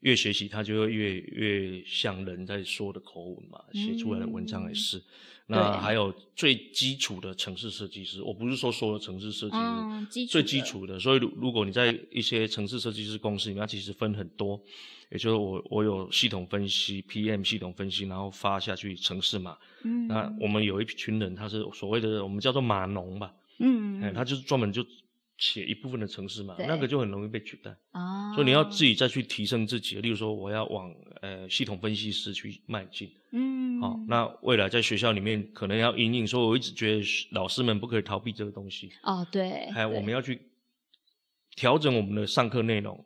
B: 越学习，他就会越越像人在说的口吻嘛，写出来的文章也是。那
A: 嗯对
B: 还有最基础的城市设计师，我不是说所有城市设计师，
A: 嗯基础
B: 最
A: 的
B: 基础的。所以如如果你在一些城市设计师公司里面，它其实分很多，也就是我我有系统分析、PM 系统分析，然后发下去城市嘛。
A: 嗯，
B: 那我们有一群人，他是所谓的我们叫做码农吧，
A: 嗯，
B: 哎，他就是专门就写一部分的城市嘛，
A: 对
B: 那个就很容易被取代，
A: 啊，
B: 所以你要自己再去提升自己。例如说，我要往呃系统分析师去迈进，
A: 嗯，
B: 好、那未来在学校里面可能要引领，所以我一直觉得老师们不可以逃避这个东西，
A: 哦对，
B: 哎，我
A: 对
B: 们要去调整我们的上课内容，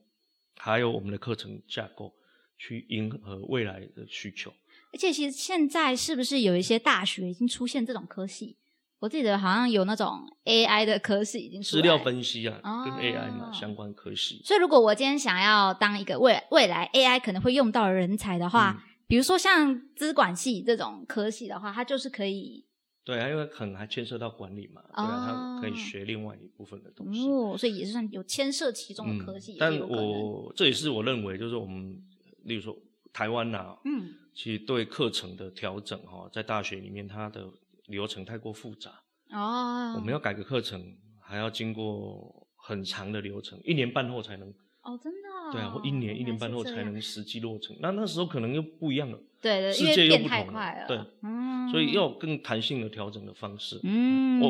B: 还有我们的课程架构，去迎合未来的需求。
A: 而且其实现在是不是有一些大学已经出现这种科系？我记得好像有那种 AI 的科系已经出
B: 资料
A: 来
B: 分析啊，跟
A: 哦
B: AI 嘛相关科系，
A: 所以，如果我今天想要当一个未未来 AI 可能会用到的人才的
B: 嗯
A: 话，比如说像资管系这种科系的话，它就是可以
B: 对啊，因为可能还牵涉到管理嘛，对啊，他可以
A: 哦
B: 学另外一部分的东西。
A: 哦，所以也是算有牵涉其中的科技。
B: 嗯、但
A: 也有可能
B: 我这也是我认为，就是我们，例如说台湾呐、
A: 嗯
B: 其实对课程的调整哈、在大学里面它的流程太过复杂，
A: 哦，
B: 我们要改革课程，还要经过很长的流程，一年半后才能
A: 哦，真的哦、
B: 对啊，或一年一
A: 原来
B: 年半
A: 是
B: 后
A: 这
B: 才
A: 样
B: 能实际落成。那那时候可能又不一样了，
A: 对对，
B: 世
A: 因为
B: 界又
A: 变
B: 不
A: 太
B: 同了
A: 快了，
B: 对，
A: 嗯，
B: 所以要有更弹性的调整的方式。
A: 嗯，
B: 我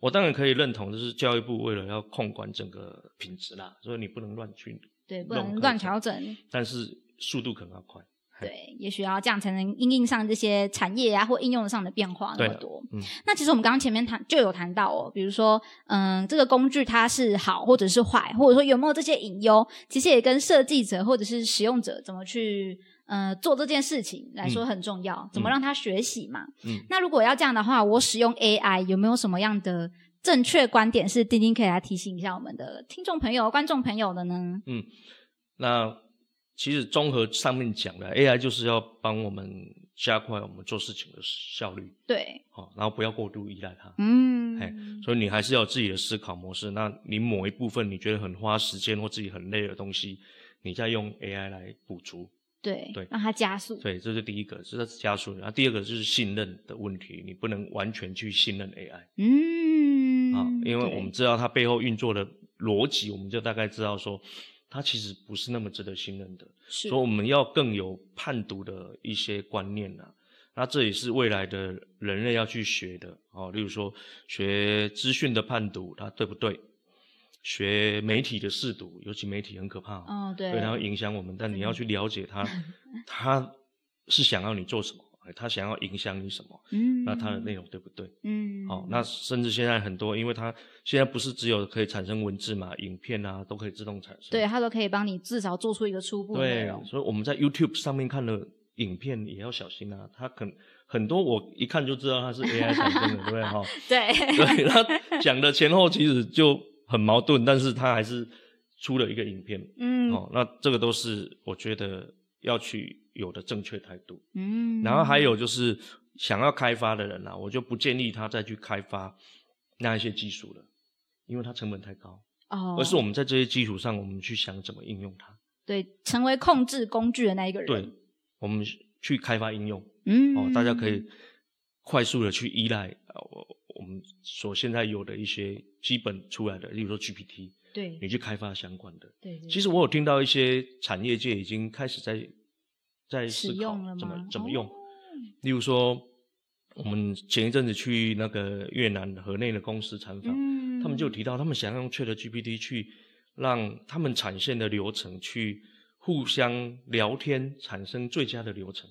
B: 我当然可以认同，就是教育部为了要控管整个品质啦，所以你不能乱去，
A: 对不
B: 弄
A: 能
B: 课
A: 乱
B: 程
A: 调整，
B: 但是速度可能要快。
A: 对，也许要这样才能应应上这些产业啊或应用上的变化那
B: 对
A: 么
B: 了
A: 多。
B: 嗯
A: 那其实我们刚刚前面谈就有谈到哦，比如说，嗯，这个工具它是好或者是坏，或者说有没有这些隐忧，其实也跟设计者或者是使用者怎么去。呃，做这件事情来说
B: 嗯
A: 很重要，怎么
B: 嗯
A: 让他学习嘛？
B: 嗯
A: 那如果要这样的话，我使用 AI 有没有什么样的正确观点是丁丁可以来提醒一下我们的听众朋友、观众朋友的呢？
B: 嗯那其实综合上面讲的，AI 就是要帮我们加快我们做事情的效率，
A: 对，
B: 哦，然后不要过度依赖它。
A: 嗯，
B: 哎所以你还是要有自己的思考模式。那你某一部分你觉得很花时间或自己很累的东西，你再用 AI 来补足。
A: 对，
B: 对
A: 让它加速，
B: 对，这是第一个，这是加速。然后第二个就是信任的问题，你不能完全去信任 AI 啊、
A: 嗯，
B: 因为
A: 对
B: 我们知道它背后运作的逻辑，我们就大概知道说，它其实不是那么值得信任的。
A: 是
B: 所以我们要更有判读的一些观念啊。那这也是未来的人类要去学的哦，例如说学资讯的判读，它对不对？学媒体的试读，尤其媒体很可怕、哦，
A: 哦，对，嗯
B: 对它会影响我们，但你要去了解 它，它是想要你做什么，哎它想要影响你什么，
A: 嗯，
B: 那它的内容对不对？
A: 嗯，
B: 好、哦那甚至现在很多，因为它现在不是只有可以产生文字嘛，影片啊都可以自动产生，
A: 对它都可以帮你至少做出一个初步内
B: 对
A: 容，，
B: 所以我们在 YouTube 上面看的影片也要小心啊，它很很多我一看就知道它是 AI 产生的，对不 对哈？
A: 对，
B: 对， 它讲的前后其实就很矛盾，但是它还是出了一个影片，
A: 嗯
B: 哦，那这个都是我觉得要去有的正确态度。
A: 嗯，
B: 然后还有就是想要开发的人啊，我就不建议他再去开发那一些技术了，因为它成本太高，
A: 哦，
B: 而是我们在这些基础上，我们去想怎么应用它。
A: 对成为控制工具的那一个人，
B: 对，，我们去开发应用
A: 嗯，
B: 哦，大家可以快速的去依赖呃我我们所现在有的一些基本出来的，例如说 GPT，
A: 对
B: 你去开发相关的。
A: 对，对
B: 其实我有听到一些产业界已经开始在在
A: 使
B: 思考
A: 用了
B: 怎
A: 吗
B: 么怎么
A: 哦
B: 用，例如说我们前一阵子去那个越南河内的公司参访，
A: 嗯，
B: 他们就有提到，他们想用 Chat GPT 去让他们产线的流程去互相聊天，产生最佳的流程。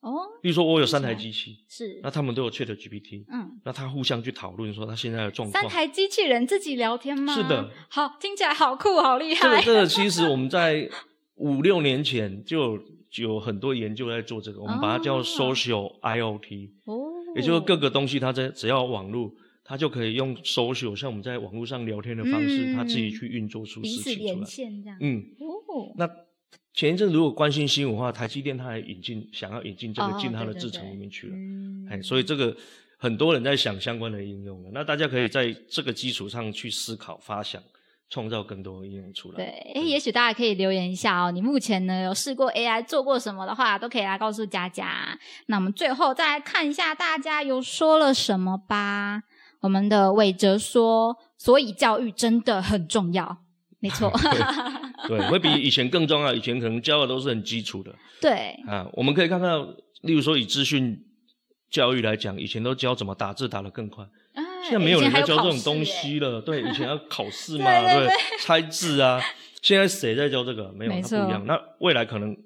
A: 哦
B: 例如说，我有
A: 听起来
B: 三台机器，
A: 是
B: 那他们都有 Chat GPT，
A: 嗯。
B: 那他互相去讨论说他现在的状况
A: 三。台机器人自己聊天吗？
B: 是的，
A: 好，听起来好酷，好 厉
B: 这个
A: 害。
B: 这个其实我们在五六年前就有就有很多研究在做这个，我们把它叫
A: 哦
B: social IoT，、
A: 哦，
B: 也就是各个东西它在只要有网络。它就可以用 social，像我们在网络上聊天的方式，
A: 嗯
B: 它自己去运作出
A: 彼
B: 事
A: 此
B: 情出
A: 连
B: 来。
A: 线这样。
B: 嗯，
A: 哦，
B: 那前一阵如果关心新闻的话，台积电它还引进想要引进这个
A: 哦
B: 进它
A: 对
B: 的
A: 对
B: 制程
A: 对
B: 里面去了，
A: 嗯
B: 哎，所以这个很多人在想相关的应用了。那大家可以在这个基础上去思考、发想，创造更多的应用出来。
A: 对，哎，也许大家可以留言一下哦。你目前呢有试过 AI 做过什么的话，都可以来告诉佳佳。那我们最后再来看一下大家有说了什么吧。我们的伟哲说，所以教育真的很重要，没 错，
B: 对会比以前更重要。以前可能教的都是很基础的
A: 对，
B: 啊，我们可以看到，例如说以资讯教育来讲，以前都教怎么打字打得更快，
A: 哎
B: 现在没有人在教这种东。
A: 以前还有考试哎
B: 西了。对，以前要 考试嘛，
A: 对对
B: 对不猜字啊。现在谁在教这个？没有，
A: 没
B: 它不一
A: 错
B: 样。那未来可能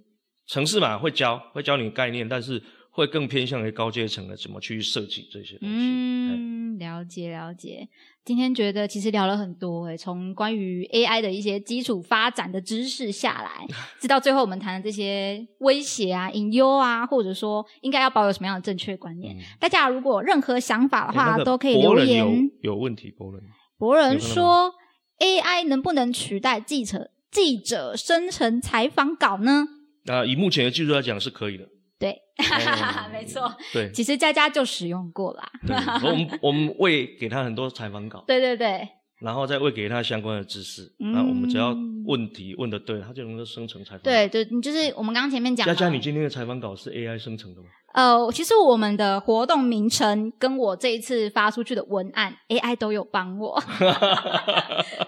B: 城市嘛会教，会教你概念，但是会更偏向于高阶层的怎么去设计这些东西。哎
A: 嗯，了解了解。今天觉得其实聊了很多诶、欸从关于 AI 的一些基础发展的知识下 来，直到最后我们谈的这些威胁啊、隐忧啊，或者说应该要保有什么样的正确观念。
B: 嗯
A: 大家如果有任何想法的
B: 哎
A: 话，
B: 那个
A: 都可以留
B: 博人
A: 言。
B: 有有问题，博人
A: 博人
B: 有可能
A: 说，AI 能不能取代记者记者生成采访稿呢？
B: 那以目前的技术来讲是可以 的。
A: 对，
B: 哎
A: 没错。
B: 对，
A: 其实佳佳就使用过啦。
B: 对我们我们为给他很多采访稿。
A: 对对对，
B: 然后再喂给他相关的知识。
A: 嗯
B: 那我们只要问题问的对，他就能够生成采访。，
A: 对对，你就是我们刚刚前面讲啊
B: 佳
A: 的，
B: 佳，你今天的采访稿是 AI 生成的吗？
A: 呃，其实我们的活动名称跟我这一次发出去的文案，AI 都有帮我。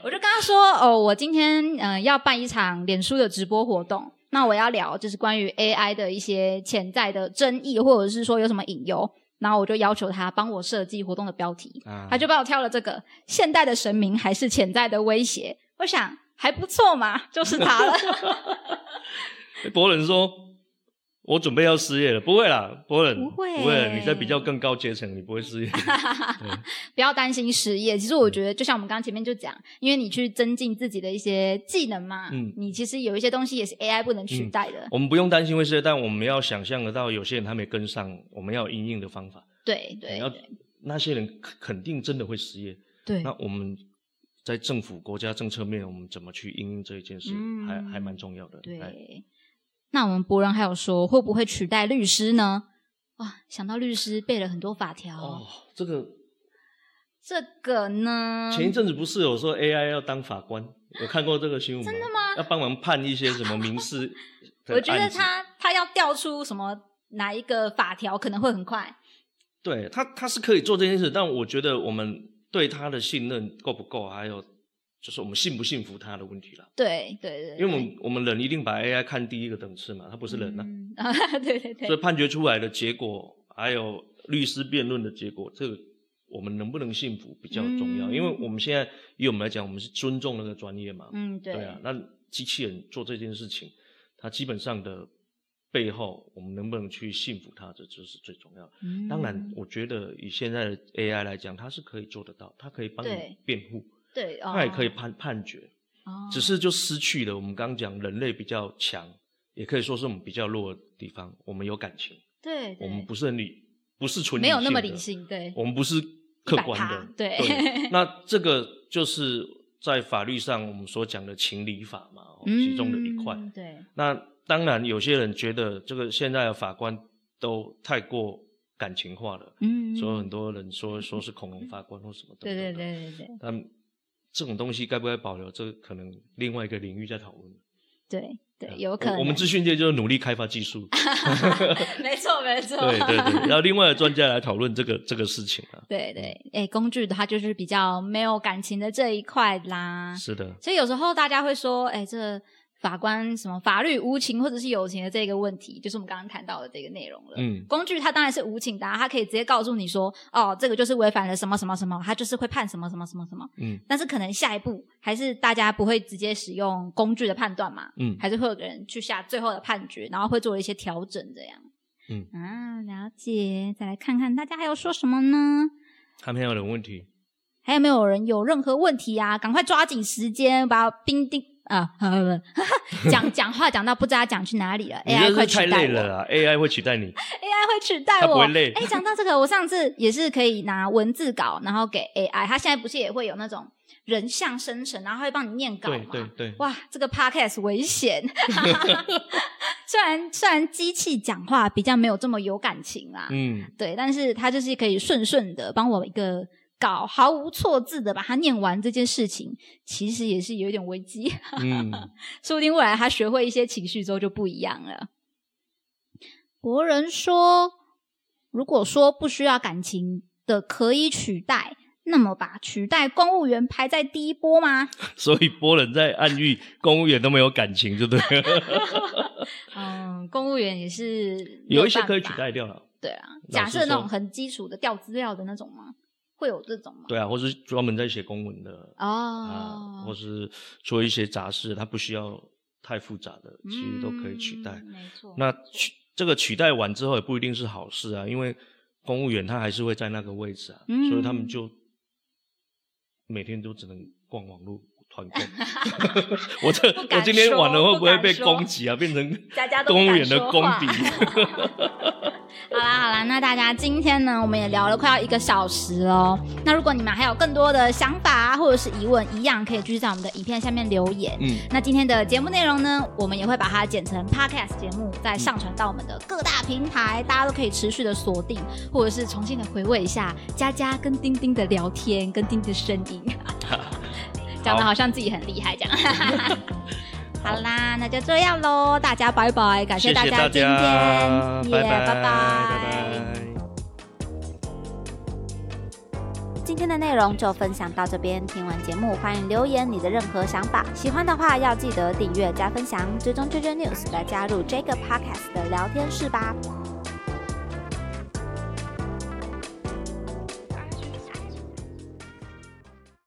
A: 我就跟他说，哦，我今天呃要办一场脸书的直播活动，那我要聊就是关于 AI 的一些潜在的争议，或者是说有什么隐忧。然后我就要求他帮我设计活动的标题，
B: 啊
A: 他就帮我挑了这个“现代的神明还是潜在的威胁”。我想还不错嘛，就是他了。
B: 博冷说：“我准备要失业了。”不会啦，博冷
A: 不会
B: 不会，你在比较更高阶层，你不会 失业。
A: 不要担心失业。其实
B: 嗯
A: 我觉得，就像我们刚刚前面就讲，因为你去增进自己的一些技能嘛，
B: 嗯
A: 你其实有一些东西也是 AI 不能取代的。
B: 我们不用担心会失业，但我们要想象得到，有些人他没跟上，我们要有应应的方法。
A: 对
B: 哎你
A: 对
B: 要那些人肯肯定真的会失业，
A: 对
B: 那，我们在政府国家政策面，我们怎么去应应这一件事，
A: 嗯
B: 还还蛮重要的。哎
A: 对。那我们博人还有说，会不会取代律师呢？哇，想到律师背了很多法条，
B: 哦，这个
A: 这个呢，
B: 前一阵子不是有说 AI 要当法官，有看过这个新闻吗？真的吗？要帮忙判一些什么 民事的
A: 我觉得
B: 案子
A: 他他要调出什么哪一个法条可能会很快。
B: 对他他是可以做这件事，但我觉得我们对他的信任够不够，还有就是我们信不信服他的问题了。
A: 对对对，
B: 因为我们我们人一定把 AI 看第一个等次嘛，他不
A: 不
B: 是人呐、
A: 啊， 对对
B: 所
A: 对
B: 以判决出来的结果，还有律师辩论的结果，这个我们能不能信服比较重要。
A: 嗯
B: 因为我们现在以我们来讲，我们是尊重那个专业嘛，
A: 嗯对
B: 啊。那机器人做这件事情，它基本上的背后，我们能不能去信服它，这就是最重要的。
A: 嗯
B: 当然，我觉得以现在的 AI 来讲，它是可以做得到，它可以帮
A: 对
B: 你辩护，
A: 对，
B: 它也可以
A: 哦，
B: 判判决，
A: 哦
B: 只是就失去了我们刚刚讲人类比较强，也可以说是我们比较弱的地方，我们有感情。
A: 对，
B: 我们
A: 对
B: 不是很理，不是纯
A: 没有那么
B: 的
A: 理，性，对，
B: 我们不是客观的
A: 100%，对
B: 那这个就是在法律上我们所讲的情理法嘛，哦
A: 嗯
B: 其中的一块。
A: 对，
B: 那当然，有些人觉得这个现在的法官都太过感情化了，
A: 嗯
B: 所以很多人说说是恐龙法官或什么等
A: 对
B: 等
A: 对
B: 的。
A: 对对
B: 但这种东西该不该保留，这个可能另外一个领域在讨论。
A: 对对对，呃有可能，
B: 我我们资讯界就是努力开发技 术，
A: 没错没错，
B: 对对对，然后另外的专家来讨论这个这个事情啊。
A: 对对，哎，工具的话就是比较没有感情的这一块啦，
B: 是的，
A: 所以有时候大家会说，哎，这法官什么法律无情或者是有情的这个问题，就是我们刚刚谈到的这个内容了。
B: 嗯，
A: 工具它当然是无情的、啊，它可以直接告诉你说，哦，这个就是违反了什么什么什么，它就是会判什么什么什么什么。
B: 嗯
A: 但是可能下一步还是大家不会直接使用工具的判断嘛，
B: 嗯，
A: 还是会有人去下最后的判决，然后会做一些调整，这样。
B: 嗯
A: 啊，了解。再来看看大家还有说什么呢？
B: 还没有人问题。
A: 还有没有人有任何问题啊？赶快抓紧时间把冰丁啊，不不 讲讲话讲到不知道讲去哪里了。
B: 你真
A: AI 快
B: 是
A: 取
B: 太
A: 代
B: 累
A: 我
B: 了啦，AI 会取代你。
A: AI 会取代
B: 它
A: 我。
B: 不会累
A: 哎，讲到这个，我上次也是可以拿文字稿，然后给 AI，它现在不是也会有那种人像生成，然后它会帮你念稿
B: 对
A: 吗？
B: 对 对，
A: 哇，这个 podcast 危险。 虽然虽然机器讲话比较没有这么有感情啦，
B: 嗯，
A: 对，但是它就是可以顺顺的帮我一个稿毫无错字的把它念完这件事情，其实也是有一点危机。
B: 嗯，
A: 说不定未来他学会一些情绪之后就不一样了。博人说，如果说不需要感情的可以取代，那么把取代公务员排在第一波吗？
B: 所以波人在暗喻公务员都没有感情，对 不对？
A: 嗯，公务员也是
B: 有一些可以取，代掉了，
A: 对啊。
B: 老
A: 假
B: 实
A: 设那
B: 说
A: 种很基础的调资料的那种吗？会有这种吗？
B: 对啊，或是专门在写公文的啊，或
A: 哦，
B: 是做一些杂事，它不需要太复杂的，其实都可以取代
A: 嗯。没错，
B: 那取这个取代完之后也不一定是好事啊，因为公务员他还是会在那个位置啊，
A: 嗯
B: 所以他们就每天都只能逛网络团购。 我这
A: 不敢
B: 我今天晚了
A: 说
B: 会不会
A: 不敢
B: 被
A: 说
B: 攻击啊？变成
A: 大家都不
B: 公务
A: 敢
B: 员的
A: 说
B: 公
A: 话
B: 敌？
A: 好啦好啦，那大家今天呢，我们也聊了快要一个小时哦。那如果你们还有更多的想法啊或者是疑问，一样可以继续在我们的影片下面留言。
B: 嗯，
A: 那今天的节目内容呢，我们也会把它剪成 podcast 节目，再上传到我们的各大平台，大家都可以持续的锁定，或者是重新的回味一下佳佳跟丁丁的聊天跟丁丁的声音。 讲的好像自己很厉害这 样。好啦，那就这样喽，大家拜拜，感
B: 谢
A: 大
B: 谢
A: 家
B: 大
A: 今天，
B: 家，
A: 耶
B: 拜拜，
A: 拜
B: 拜拜。
A: 今天的内容就分享到这边。听完节目，欢迎留言你的任何想法。喜欢的话要记得订阅、加分享、追踪 JJ News，来加入这个 Podcast 的聊天室吧。